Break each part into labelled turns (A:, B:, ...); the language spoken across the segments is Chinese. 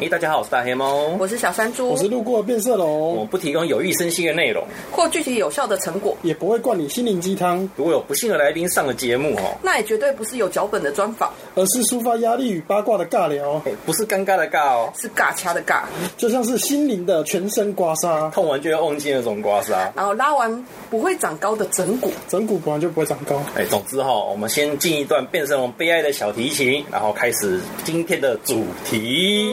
A: 诶，大家好，我是大黑猫。
B: 我是小山猪
C: 我，是路过的变色
A: 我
C: 龙，
A: 不提供有益身心的内容。
B: 或具体有效的成果，
C: 也不会灌你心灵鸡汤，
A: 如果有不幸的来宾上了节目哦，
B: 那也绝对不是有脚本的专访，
C: 而是抒发压力与八卦的尬聊，
A: 诶，不是尴尬的尬哦，
B: 是尬掐的尬，
C: 就像是心灵的全身刮痧，
A: 痛完就要忘记那种刮痧。
B: 然后拉完不会长高的整骨。
C: 整骨本来就不会长高。
A: 哎，总之哈、我们先进一段变身龙悲哀的小提琴，然后开始今天的主题。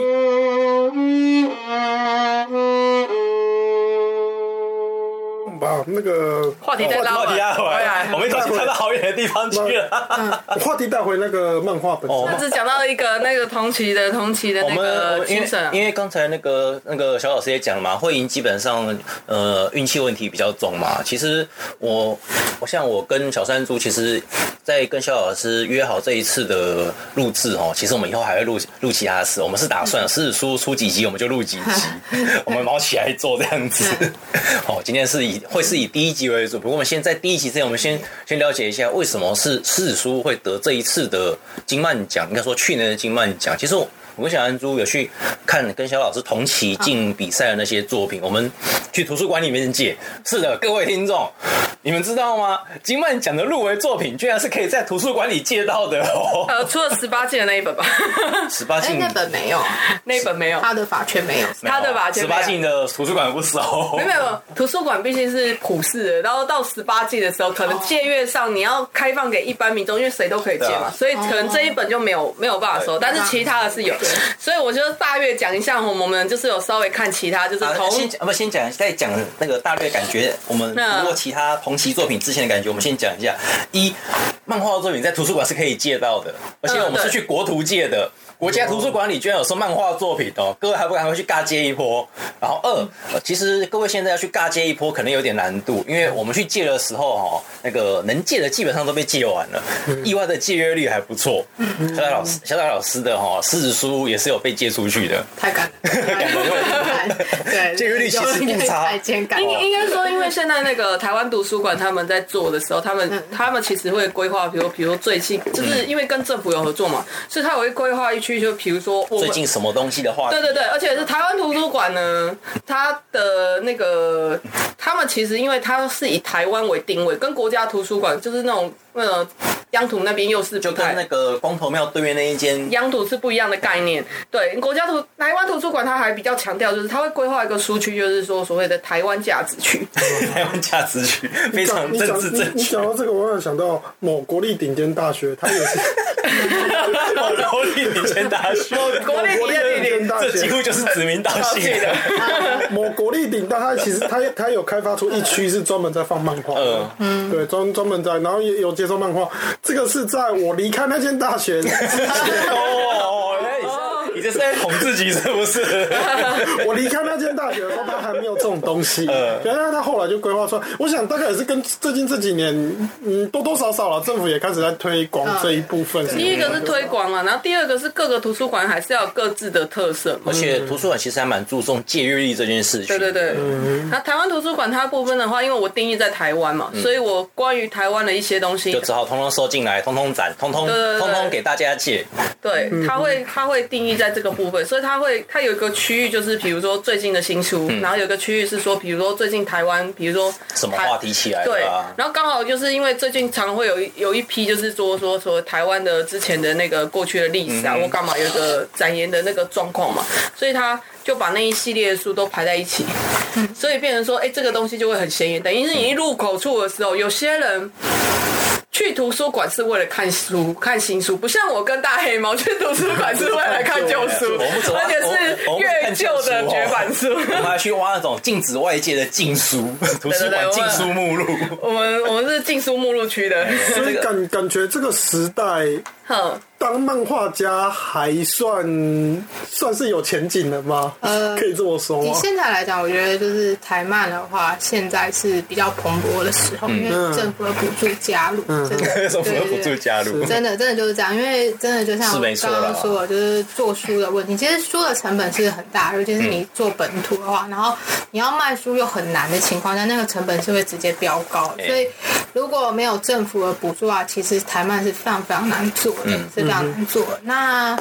C: 把那个
B: 话题再拉
A: 哦话题拉回
D: 哎
A: 来，我们一口气跳到好远的地方去了。
C: 话题带回那个漫画本
A: 哦，我
C: 身，
A: 们
D: 上次讲到一个那个同期的同期的
A: 我
D: 那
A: 们
D: 个
A: 我因
D: 精神
A: 为
D: 啊，
A: 因为刚才那个那个小老师也讲了嘛，会赢基本上呃运气问题比较重嘛。其实我我像我跟小山猪，其实，在跟小老师约好这一次的录制哦，其实我们以后还会录录其他事，我们是打
D: 嗯
A: 算是出出几集我们就录几 集，我们毛起来做这样子。
D: 嗯
A: 哦，今天是以会是以第一集为主，不过我们先在第一集之前，我们先先了解一下为什么是狮子书会得这一次的金曼奖，应该说去年的金曼奖。其实我。我跟小安猪有去看跟小老师同期
D: 嗯
A: 进比赛的那些作品，我们去图书馆里面借。是的，各位听众，你们知道吗？金曼奖的入围作品居然是可以在图书馆里借到的哦。
D: 呃，除了十八禁的那一本吧，
A: 十八
E: 哎，
A: 禁
E: 那 本没有，
D: 那一本没有，
E: 他的法圈没有。
A: 没有
D: 他的吧
A: 十
D: 前
A: 八
D: 面
A: 禁的图书馆不收。
D: 没有没有，图书馆毕竟是普世的，然后到十八禁的时候，可能借阅上你要开放给一般民众，因为谁都可以借
A: 对
D: 嘛，
A: 啊
D: 所以可能这一本就没有没有办法收，但是其他的是有，所以我就大略讲一下，我们就是有稍微看其他，就是
A: 啊，
D: 同
A: 先讲，不先讲，再讲那个大略感觉。我们
D: 那
A: 如果其他同期作品之前的感觉，我们先讲一下。一，漫画作品在图书馆是可以借到的，而且我们是
D: 嗯对
A: 去国图借的。国家图书馆里居然有收漫画作品哦，各位还不赶快去尬借一波？然后二，
D: 嗯
A: 呃其实各位现在要去尬借一波，可能有点难度，因为我们去借的时候哦，那个能借的基本上都被借完了，
D: 嗯
A: 意外的借阅率还不错。小岛老师，小岛老师的哈、哦，狮子书也是有被借出去的。
E: 太感人了， 对，
A: 这个率其实不差
E: 太监感
D: 应应该说，因为现在那个台湾图书馆他们在做的时候，他们、
E: 嗯
D: 他们其实会规划，比如比如最近，就是因为跟政府有合作嘛，所以他也会规划一区，就比如说我
A: 最
D: 们。
A: 近什么东西的话题
D: 对对对，而且是台湾图书馆呢，它的那个，他们其实因为它是以台湾为定位，跟国家图书馆就是那种呃央图那边又是
A: 就
D: 不
A: 跟那
D: 太，
A: 个光头庙对面那一间，
D: 央图是不一样的概念。对，国家图台湾图书馆它还比较强调，就是它会规划一个书区，就是说所谓的台湾价值区。
A: 台湾价值区非
C: 你讲
A: 常
C: 你
A: 政
C: 讲
A: 治
C: 你
A: 正
C: 你
A: 确
C: 讲，到这个，我有想到某国立顶尖大学，它也是
A: 某国立领先大学，
D: 国立
C: 国立顶尖大
A: 这几
C: 学，
A: 乎就是指名道姓的。
C: 某国立顶大，它其实它它有开发出一区是专门在放漫画的，
A: 呃，
C: 对，专专门在，然后也有接受漫画。这个是在我离开那间大学之前，
A: 哦，原来你是你这是在捧自己是不 是？
C: 我离开那间大学的时候，他还没有这种东西。原来他后来就规划出来，我想大概也是跟最近这几年，嗯，多多少少了，政府也开始在推广这一部分。
D: 嗯第一个是推广嘛，然后第二个是各个图书馆还是要有各自的特色嘛
A: 而。且图书馆其实还蛮注重借阅率这件事情。
D: 对对，对，那台湾图书馆它部分的话，因为我定义在台湾嘛，所以我关于台湾的一些东西
A: 嗯就，只好通通收进来，通通展，通通
D: 对对对
A: 通通给大家借。
D: 对，它会它会定义在这个部分，所以它会它有一个区域就是比如说最近的新书，然后有一个区域是说比如说最近台湾，比如说
A: 嗯什么
D: 台
A: 话题起来
D: 对
A: 的啊，？
D: 然后刚好就是因为最近常会有一有一批就是说说说台湾的之前的那个过去的历史啊，
A: 嗯
D: 或干嘛有一个展延的那个状况嘛，所以他就把那一系列的书都排在一起，所以变成说，哎、这个东西就会很显眼。等于是你一入口处的时候，有些人。去图书馆是为了看书，看新书，不像我跟大黑猫去图书馆是为了看旧书，
A: 我们只
D: 而且
A: 我
D: 是
A: 我们不
D: 越
A: 看
D: 旧的
A: 书哦
D: 绝版书。
A: 我们还去挖那种禁止外界的禁书，图书馆禁书目录。
D: 我们我们是禁书目录 区的，
C: 所以感感觉这个时代，
D: 哼。
C: 当漫画家还算算是有前景的吗？
E: 呃
C: 可以这么说
E: 以
C: 吗？
E: 现在来讲，我觉得就是台漫的话，现在是比较蓬勃的时候，
A: 嗯
E: 因为政府的补助加入，真 的，
A: 什么
E: 对
A: 辅助加入？
E: 真的，真的就是这样，因为真的就像
A: 是
E: 我
A: 没错
E: 刚
A: 啦
E: 刚说的，就是做书的问题。其实书的成本是很大，尤其是
A: 嗯
E: 你做本土的话，然后你要卖书又很难的情况下，那个成本是会直接飙高。
A: 哎嗯
E: 所以如果没有政府的补助啊，其实台漫是非常非常难做的。这非常难做。那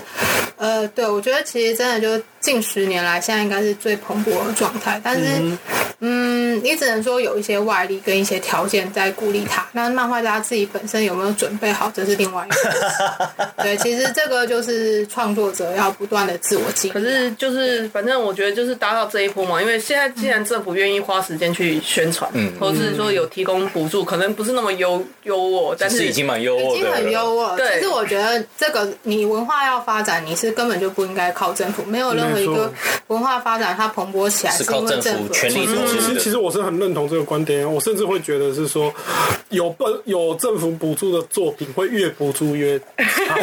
E: 呃，对我觉得其实真的就近十年来，现在应该是最蓬勃的状态，但是。嗯，你只能说有一些外力跟一些条件在鼓励他。那漫画家自己本身有没有准备好，这是另外一回事。 对，其实这个就是创作者要不断的自我激励。
D: 可是就是，反正我觉得就是达到这一波嘛，因为现在既然政府愿意花时间去宣传，
A: 嗯
D: 或者是说有提供补助，可能不是那么优优渥，但
A: 是
D: 是
A: 已经蛮优
E: 已
A: 渥
E: 经
A: 的了，
E: 很优渥了。
D: 对
E: 其实我觉得这个你文化要发展，你是根本就不应该靠政府，没有任何一
C: 没
E: 个
C: 错
E: 文化发展它蓬勃起来
A: 是
E: 是
A: 靠
E: 因为
A: 政府
E: 府
A: 全力投
E: 的支
A: 入
E: 持
C: 其实，其实我是很认同这个观点，我甚至会觉得是说，有本有政府补助的作品会越补助越，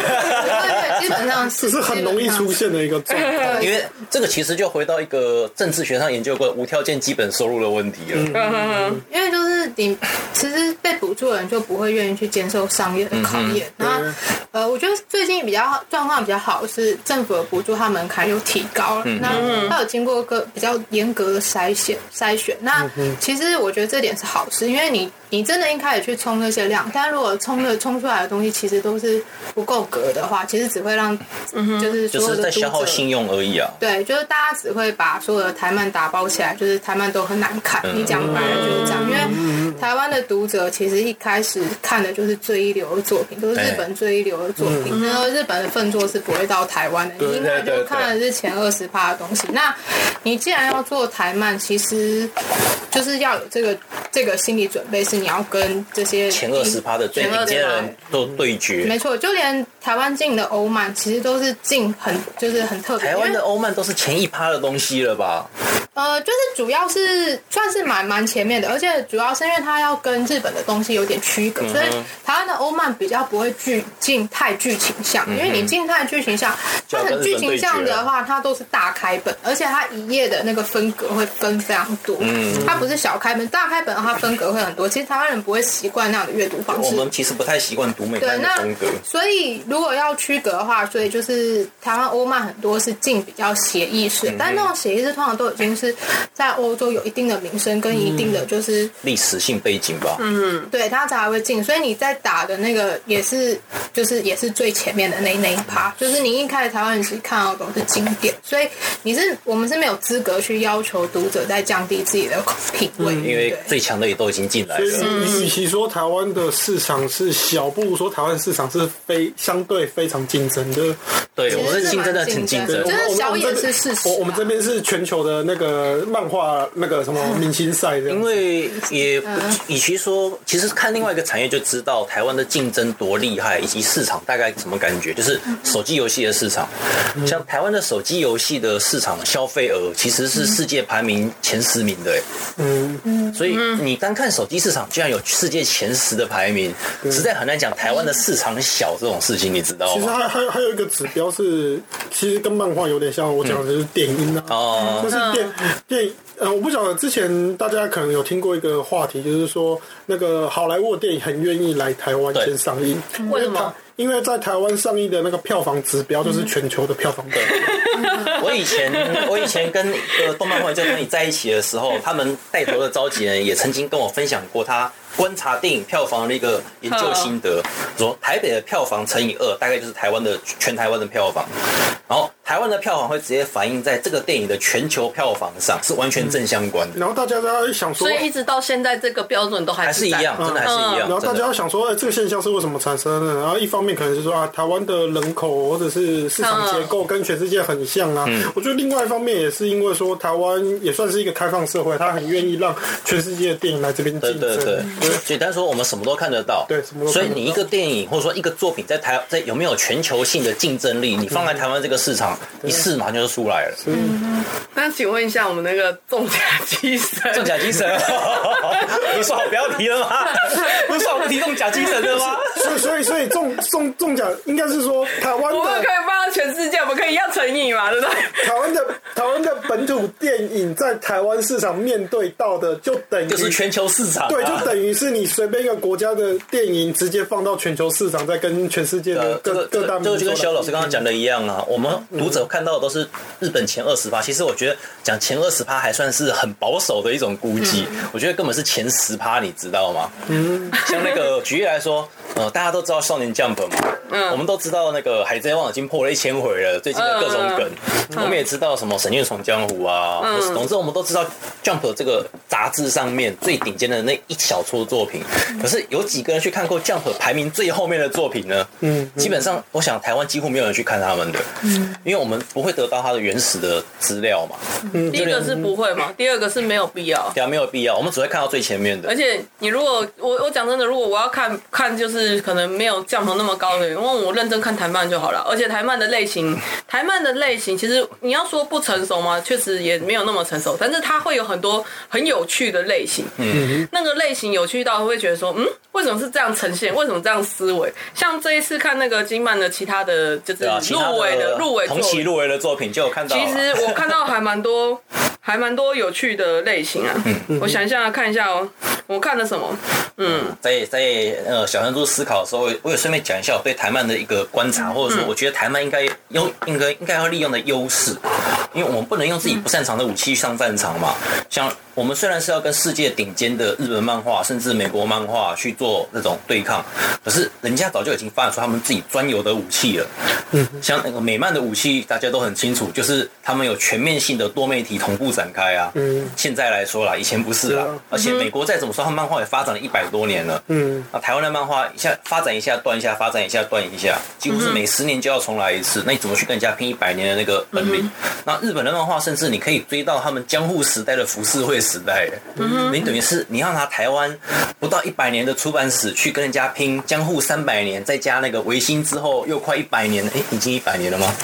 E: 对对，基本上
C: 这是很容易出。现的一个状 态。
A: 因为这个其实就回到一个政治学上研究过的无条件基本收入的问题了。
D: 嗯嗯嗯
E: 因为就是你，其实被补助的人就不会愿意去接受商业的考验。
A: 嗯
D: 啊
E: 那呃，我觉得最近比较状况比较好是政府的补助，它门槛又提高了。
A: 嗯
E: 那它有经过个比较严格的筛选筛选。
A: 嗯
E: 那其实我觉得这点是好事，因为你你真的一开始去冲那些量，但如果冲的冲出来的东西其实都是不够格的话，其实只会让就是
A: 就
E: 所有
A: 是
E: 的
A: 在
E: 读
A: 消耗
E: 者
A: 信用而已啊，
E: 对，就是大家只会把所有的台漫打包起来，就是台漫都很难看。
A: 嗯
E: 你讲白了就是这样，因为台湾的读者其实一开始看的就是最一流的作品，都是日本最一流的作品，然后日本的分作是不会到台湾的，你
A: 对
E: 应该
A: 对
E: 就
A: 对
E: 看的是前二十趴的东西。那你既然要做台漫，其实就是要有这个这个心理准备，是你要跟这些
A: 前二十趴的最
E: 嗯前
A: 顶
E: 20%
A: 尖人都对决。
E: 没错，就连台湾进的欧漫，其实都是进很就是很特别，
A: 台湾
E: 因为
A: 的欧漫都是前一趴的东西了吧？
E: 呃，就是主要是算是蛮蛮前面的，而且主要是因为它要跟日本的东西有点区
A: 嗯
E: 隔，所以台湾的欧漫比较不会剧进太剧情向，
A: 嗯
E: 因为你进太剧情向，它很剧情向的话，它都是大开本，而且它一页的那个分格会分非常多，
A: 嗯
E: 它不是小开本，大开本的话分格会很多。其实台湾人不会习惯那样的阅读方
A: 我
E: 式，
A: 们其实不太习惯读美
E: 对，
A: 漫的
E: 那
A: 风格，
E: 所以如果要区隔的话，所以就是台湾欧漫很多是进比较协议
A: 嗯
E: 式，但那种协议式通常都已经是在欧洲有一定的名声跟一定的就是、
A: 历史性背景吧。
E: 嗯对它才会进，所以你在打的那个也是就是也是最前面的那那一趴，就是你一开始台湾人其实看到的都是经典，所以你是我们是没有资格去要求读者再降低自己的品味，
A: 因为
E: 对
A: 最强的也都已经进来
C: 所以
A: 了，
C: 与，与其说台湾的市场是小，不如说台湾市场是非相对非常竞争的。
A: 对我们
E: 其实是
A: 竞争的
E: 蛮
A: 很竞
E: 竞
A: 争
E: 争。
C: 我
E: 真的
C: 们
E: 小
C: 我们
E: 也
C: 这边
E: 是事实啊
C: 我我们这边是全球的那个漫画那个什么
E: 嗯
C: 明星赛这样
A: 因。
C: 嗯
A: 为也不，与其说，其实看另外一个产业就知道台湾的竞争多厉害，以及市场大概什么感觉。就是手机游戏的市场，像台湾的手机游戏的市场消费额其实是世界排名前十名的、欸，
C: 嗯，
A: 所以你单看手机市场，居然有世界前十的排名，实在很难讲台湾的市场小这种事情，你知道
C: 其实
A: 吗？
C: 还还有还有一个指标是，其实跟漫画有点像，我讲的就是电音啊。
A: 哦
C: 就，是电
E: 嗯
C: 电呃，我不晓得之前大家可能有听过一个话题，就是说那个好莱坞的电影很愿意来台湾
A: 对
C: 先上映，
D: 为什
C: 因它
D: 么？
C: 因为在台湾上映的那个票房指标就是全球的票房指标。
A: 我以前我以前跟一个动漫画家团体在一起的时候，他们带头的召集人也曾经跟我分享过他观察电影票房的一个研究心得，说台北的票房乘以二，大概就是台湾的全台湾的票房，然后台湾的票房会直接反映在这个电影的全球票房上，是完全正相关的，
C: 然后大家都在想说
D: 所，以一直到现在这个标准都还
A: 还是一
D: 在
A: 样，真的还是一样，
C: 然后大
A: 真
C: 家要
A: 的。
C: 想说，哎、这个现象是为什么产生的？然后一方面可能是说啊，台湾的人口或者是市场结构跟全世界很像啊。我觉得另外一方面也是因为说，台湾也算是一个开放社会，他很愿意让全世界的电影来这边
A: 对
C: 竞
A: 对
C: 争。
A: 对，简单说，我们什么都看得到。
C: 对什么都看得到
A: 所以你一个电影或者说一个作品在台在有没有全球性的竞争力，你放在台湾这个市场一试，马上就出来了。
D: 那请问一下，我们那个重甲机神，
A: 中甲精神，你说好 不要提了吗？ 不是说好不提中甲精神的吗？
C: 所以所以所以中中中奖应该是说台湾
D: 我们可
C: 的。
D: 以帮他全世界，我们可以一样成瘾嘛，对不对？
C: 台湾的台湾的本土电影在台湾市场面对到的，就等于
A: 就是全球市场啊、
C: 对，就等于是你随便一个国家的电影直接放到全球市场，再跟全世界的
A: 呃，这
C: 各、
A: 个这
C: 各大
A: 个
C: 民
A: 这个
C: 族嗯来比。
A: 就跟肖老师刚刚讲的一样啊，我们读者看到的都是日本前二十趴，其实我觉得讲前二十趴还算是很保守的一种估计，
C: 嗯
A: 我觉得根本是前十趴，你知道吗？嗯，像那 个举例来说，呃，大家都知道少年 Jump 嘛，
D: 嗯
A: 我们都知道那个海贼王已经破了一千回了，最近的各种梗，
D: 嗯
A: 我们也知道什么神剑闯江湖啊，总之我们都知道 Jump 这个杂志上面最顶尖的那一小撮作品，
D: 嗯
A: 可是有几个人去看过 Jump 排名最后面的作品呢？嗯，基本上我想台湾几乎没有人去看他们的，
D: 嗯
A: 因为我们不会得到它的原始的资料嘛，
D: 第一个是不会嘛，第二个是没有必要。
A: 对啊，没有必要，我们只会看到最前面的
D: 而。且你如果我我讲真的，如果我要看看，就是可能没有降头那么高的，因为我认真看台漫就好了。而且台漫的类型，台漫的类型其实你要说不成熟嘛，确实也没有那么成熟，但是它会有很多很有趣的类型。嗯，那个类型有趣到会觉得说，嗯，为什么是这样呈现？为什么这样思维？像这一次看那个金漫的其他的，就是
A: 对啊，其他
D: 嗯入围的入围作
A: 同期
D: 品
A: 入围的作品就有看到了。啊
D: 其实我看到还蛮多， 还蛮多有趣的类型啊。
A: 嗯
D: 我想一下，看一下哦，我看了什么？
A: 在在呃小山猪思考的时候，我也顺便讲一下我对台漫的一个观察，或者说我觉得台漫应该优应该应该要利用的优势，因为我们不能用自己不擅长的武器上战场嘛。像我们虽然是要跟世界顶尖的日本漫画甚至美国漫画去做那种对抗，可是人家早就已经发展出他们自己专有的武器了。像那个美漫的武器，大家都很清楚，就是他们有全面性的多媒体同步展开啊。嗯，现在来说啦，以前不是啦。
C: 是啊
A: 而且美国再怎么说，他漫画也发展了一百多年了。嗯，啊，台湾的漫画一下发展一下断一下，发展一下断一下，几乎是每十年就要重来一次。那你怎么去跟人家拼一百年的那个本
D: 嗯
A: 领？那日本的漫画，甚至你可以追到他们江户时代的浮世绘时代。嗯，你等于是你要拿台湾不到一百年的出版史去跟人家拼江户三百年，再加那个维新之后又快一百年，哎、已经一百年了吗？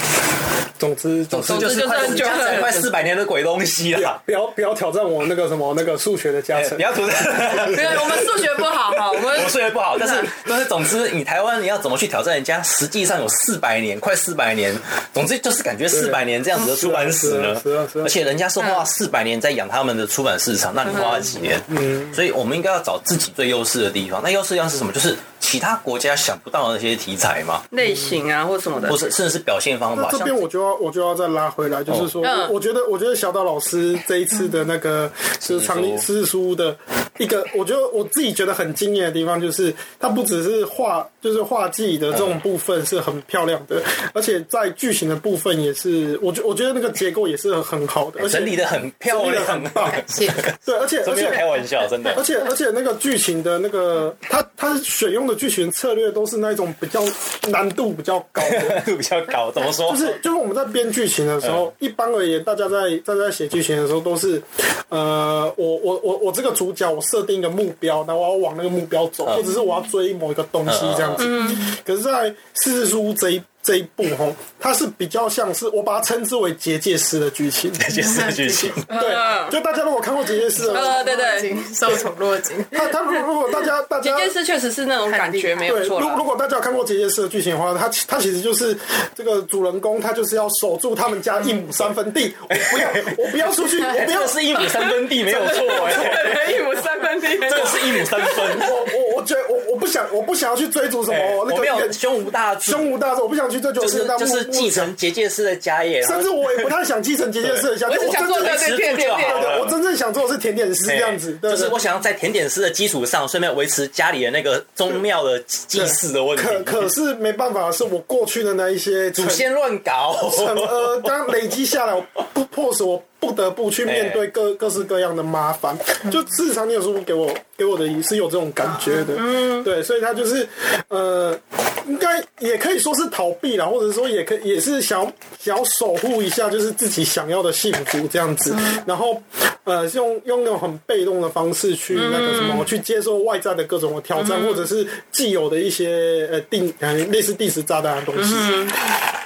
C: 总之，总
A: 总
C: 之
A: 之就是快
D: 总之就是
A: 加起来快四百年的鬼东西
C: 不
A: 啦
C: 要。不要不要挑战我那个什么那个数学的加
A: 哎
C: 成
A: 不。要涂
D: 没有，我们数学不好哈，我们
A: 我睡得不好，但是但是总之，你台湾你要怎么去挑战人家？实际上有四百年，快四百年，总之就是感觉四百年这样子的出版史呢
C: 是啊是啊是啊是啊。
A: 而且人家是花四百年在养他们的出版市场，那你花了几年？嗯，所以我们应该要找自己最优势的地方。那优势地方是什么？就是其他国家想不到的那些题材嘛，
D: 类型啊或什么的
A: 嗯或。是甚至是表现方
C: 那
A: 法。
C: 这
A: 像
C: 边我就要我就要再拉回来，就是说，
D: 嗯
C: 我觉得我觉得小岛老师这一次的那个就是长林诗书屋的一个，我觉得我自己觉得很惊艳的地方，就是它不只是画，就是画技的这种部分是很漂亮的，而且在剧情的部分也是，我觉我觉得那个结构也是很好的，而且
A: 整理的很漂
C: 整理
A: 亮
C: 得，很棒，
E: 谢谢。
C: 对，而且
A: 这
C: 而
A: 没
C: 且
A: 有开玩笑，真的
C: 而。且而且那个剧情的那个，他他选用的剧情策略都是那一种比较难度比较高 的，
A: 度 比较高，怎么说？
C: 就是就是我们在编剧情的时候，一般而言，大家在大家在写剧情的时候都是，呃，我我我我这个主角我设定一个目标，然后我要往那个目标走，或者是我要追某一个东西这样子。可是，在四字书这一这一部吼，它是比较像是我把它称之为结界师的剧情。
A: 就是剧情。
D: 嗯
C: 对，就大家如果看过结界师的话，
D: 呃，对对，
E: 受宠若惊。
C: 他他如果如果大 家大
D: 这
C: 家
D: 件事确实是那种感觉没有
C: 对，如
D: 错
C: 如
D: 啦。
C: 果大家有看过《结界师》的剧情的话，他其他其实就是这个主人公，他就是要守住他们家一亩三分地，我不要，我不要出去，我不
A: 这
C: 要
A: 个，是一亩三分地，没有错 哎，
D: 一亩三分地，
A: 这个是一亩三分。
C: 我我我觉得我我不想，我不想要去追逐什
A: 哎
C: 么
A: 我
C: 那
A: 没有
C: 个
A: 胸无大志，
C: 胸无大志，我不想去追求
A: 就
C: 这
A: 是
C: 个大
A: 就
C: 目
A: 是继，承啊结界师的家业，
C: 甚至我也不太想继承结界师的下去，
D: 我只想做
C: 真
D: 对
C: 正
D: 对对对对，
C: 对我真正想做的是甜点师这
A: 这
C: 样子，对
A: 啊哎就
C: 对
A: 是我想要在甜点师的基础上，顺便维持家里的那个宗庙的祭祀的问题。
C: 可可是没办法，是我过去的那一些
A: 祖
C: 成
A: 先乱搞，
C: 很呃，当累积下来，我不迫使我不得不去面对各、各式各样的麻烦。就事实上，念书给我给我的是有这种感觉的，嗯，对，所以他就是呃，应该也可以说是逃避啦，或者说也可也是想要想要守护一下，就是自己想要的幸福这样子，然后呃，用用那种很被动的方式去那个什么，去接受外在的各种的挑战，或者是既有的一些呃定呃类似定时炸弹的东西，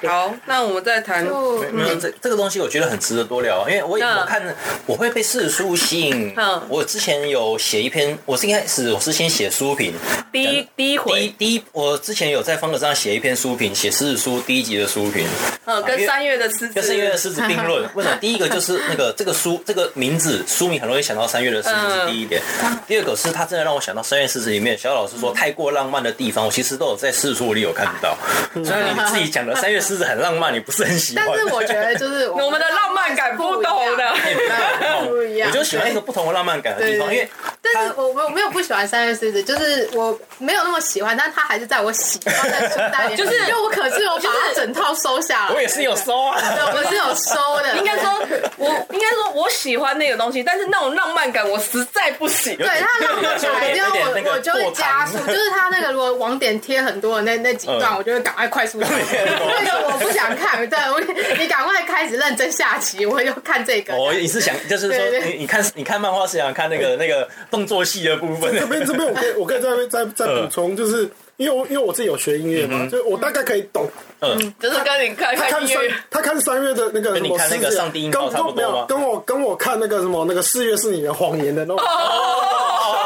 D: 好，那我们再谈
E: 就
A: 嗯，这这个东西我觉得很值得多聊，因为我也
D: 嗯
A: 我看我会被世书吸引。
D: 嗯
A: 我之前有写一篇，我是一开始我是先写书评，
D: 第一第一
A: 第一
D: 回，
A: 第一，我之前有在方格上写一篇书评，写狮子书第一集的书评，
D: 嗯，
A: 啊因
D: 跟
A: 为
D: 三月的 狮子，
A: 跟三月的狮子并论。为什么？第一个就是那个这 个书这个名字书名很容易想到三月的狮子是第 一点，第二个是它真的让我想到三月狮子里面小老师说太过浪漫的地方，我其实都有在狮子书里有看到。虽然你自己讲的三月狮子很浪漫，你不是很喜欢
E: 嗯但，是我觉得就是
D: 我们的浪漫感不同的，
A: 哎
E: 不一样
A: 哦我就喜欢一个不同的浪漫感的地方，哎
E: 对
A: 因为
E: 但
A: 它
E: 是我我没有不喜欢三月狮子，就是我没有那么喜欢，但他还是在我喜欢的清单里，
D: 就是
E: 就我可是有把它整套收下来，
A: 我也是有收啊。
E: 对，我是有收的，
D: 应该说，我应该说我喜欢那个东西，但是那种浪漫感我实在不行。
E: 对他让我起来，
A: 有点
E: 就
A: 有点那
E: 我
A: 个
E: 我就会
A: 过
E: 加
A: 长
E: 速，就是他那个如果网点贴很多的那那几段，
A: 嗯
E: 我就会赶快快速跳过，为什么我不想看？对我，你赶快开始认真下棋，我就看这个。
A: 哦，你是想就是
E: 对
A: 说，
E: 对
A: 你你看你看漫画是想看那个那 个动作戏的部分，
C: 这边这边我可以我可以再再再补充，就是因为我因为我自己有学音乐嘛，就我大概可以懂
A: 嗯，
D: 就是跟你看
C: 他
D: 看
C: 看
D: 音
C: 三
D: 乐，
C: 他看三月的那个什
A: 跟你
C: 么
A: 看
C: 狮
A: 那个
C: 子
A: 上帝音炮
C: 跟
A: 差不多
C: 跟没有
A: 吗
C: 跟我跟我看那个什么那个四月是你的谎言的那种
A: 哦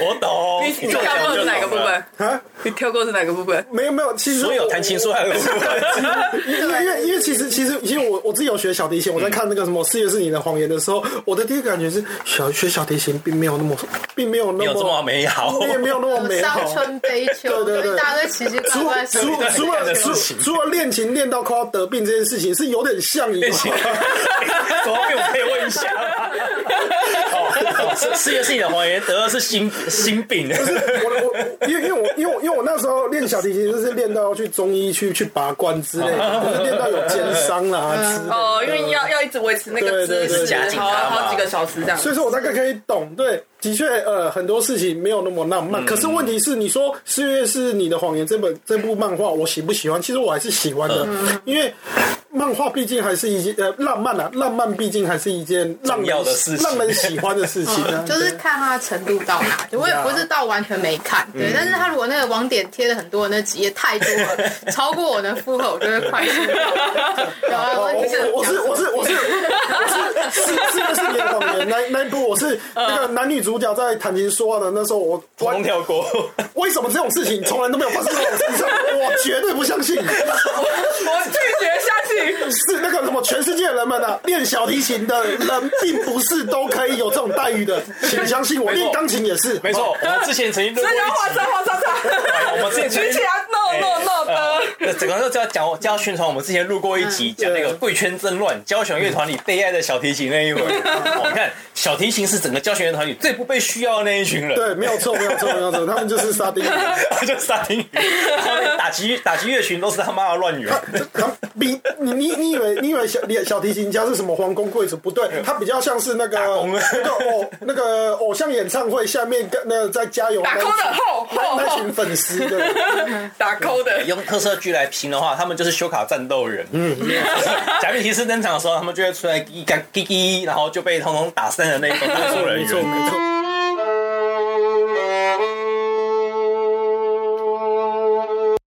A: 我懂。
D: 你
A: 这
D: 你
A: 么
D: 跳
A: 讲
D: 过
A: 就是
D: 哪个部
A: 懂了？
D: 分？
C: 啊，
D: 你跳过是哪个部分？
C: 没有没有，其实
A: 所有弹琴说爱的部分，
C: 因为因为因为其实其实其实我我自己有学小提琴，我在看那个什么《四月是你的谎言》的时候，我的第一个感觉是小学小提琴并没有那么并没有
A: 没有
C: 那
A: 这么
C: 么
A: 美好。
C: 并没有那么美好
E: 伤。春悲秋，
C: 对对对
E: 就一大堆奇奇怪
C: 除
E: 怪的事
C: 除
E: 情。
C: 除了除除了练琴练到快要得病这件事情是有点像以外
A: 恋情，怎么病我可以问一下吗？哦，哦是事业是你的谎言，得的是心心病。
C: 我的我因为因为我因为我因为我那时候练小提琴就是练到要去中医去去拔罐之类的，
A: 啊
C: 就是练到有肩伤 啦啊之类的。
D: 哦，因为要要一直维持那个
C: 对对
D: 姿
C: 对
D: 势
A: 夹，紧
D: 好
A: 它嘛
D: 好几个小时这样。
C: 所以说我大概可以懂，对，的确，呃，很多事情没有那么浪
A: 嗯
C: 漫。可是问题是，你说《四月是你的谎言》这本这部漫画，我喜不喜欢？其实我还是喜欢的，
A: 嗯
C: 因为漫画毕竟还是一件呃浪漫啊，浪漫毕竟还是一件
A: 重
C: 让人
A: 要的事情
C: 让人喜欢的事情 啊。
E: 就是
C: 对
E: 看他程度到哪，我也不是到完全没看，对。但是他如果那个网点贴的很多，那几页太多了，超过我的负荷，我就会快速。 有啊，
C: 哦，
E: 就想
C: 我我是
E: 讲
C: 我是我是我是是是不是你的谎言？那那一部我是
E: 嗯
C: 那个男女主角在谈情说话的那时候，我
A: 通通跳过，
C: 为什么这种事情从来都没有发生在我身上？我绝对不相信。
D: 我拒绝相信。
C: 是那个什么，全世界人们啊，练小提琴的人并不是都可以有这种待遇的，请相信我，
A: 没错
C: 练钢琴也是。
A: 没错。我们之前曾经录过
D: 大
A: 一
D: 家
A: 集
D: 画叉画叉叉，
A: 我们之前曾经
D: 举起来，no no no 的。
C: 哎
A: 呃，整个就要讲，就要宣传我们之前录过一集讲那个贵圈争乱，交响乐团里被爱的小提琴那一回。哦你看，小提琴是整个交响乐团里最不被需要的那一群人。
C: 对，没有错，没有错，没有错，他们就是沙丁鱼，
A: 就沙丁鱼，然后那打击打击乐群都是他妈的乱源。
C: 他比你你你以为你以为小小提琴家是什么皇宫贵族？不对，他比较像是那个
A: 工
C: 那个偶那个偶像演唱会下面跟那个在加油
D: 打
C: 那一群
D: call 的后后
C: 那
D: 后
C: 群粉丝的，
D: 打扣的，
A: 用特色剧来评的话，他们就是修卡战斗人。嗯，假面骑士登场的时候，他们就会出来一干滴滴，然后就被通通打散的那一种特殊人
C: 没错
A: 员。
C: 没错。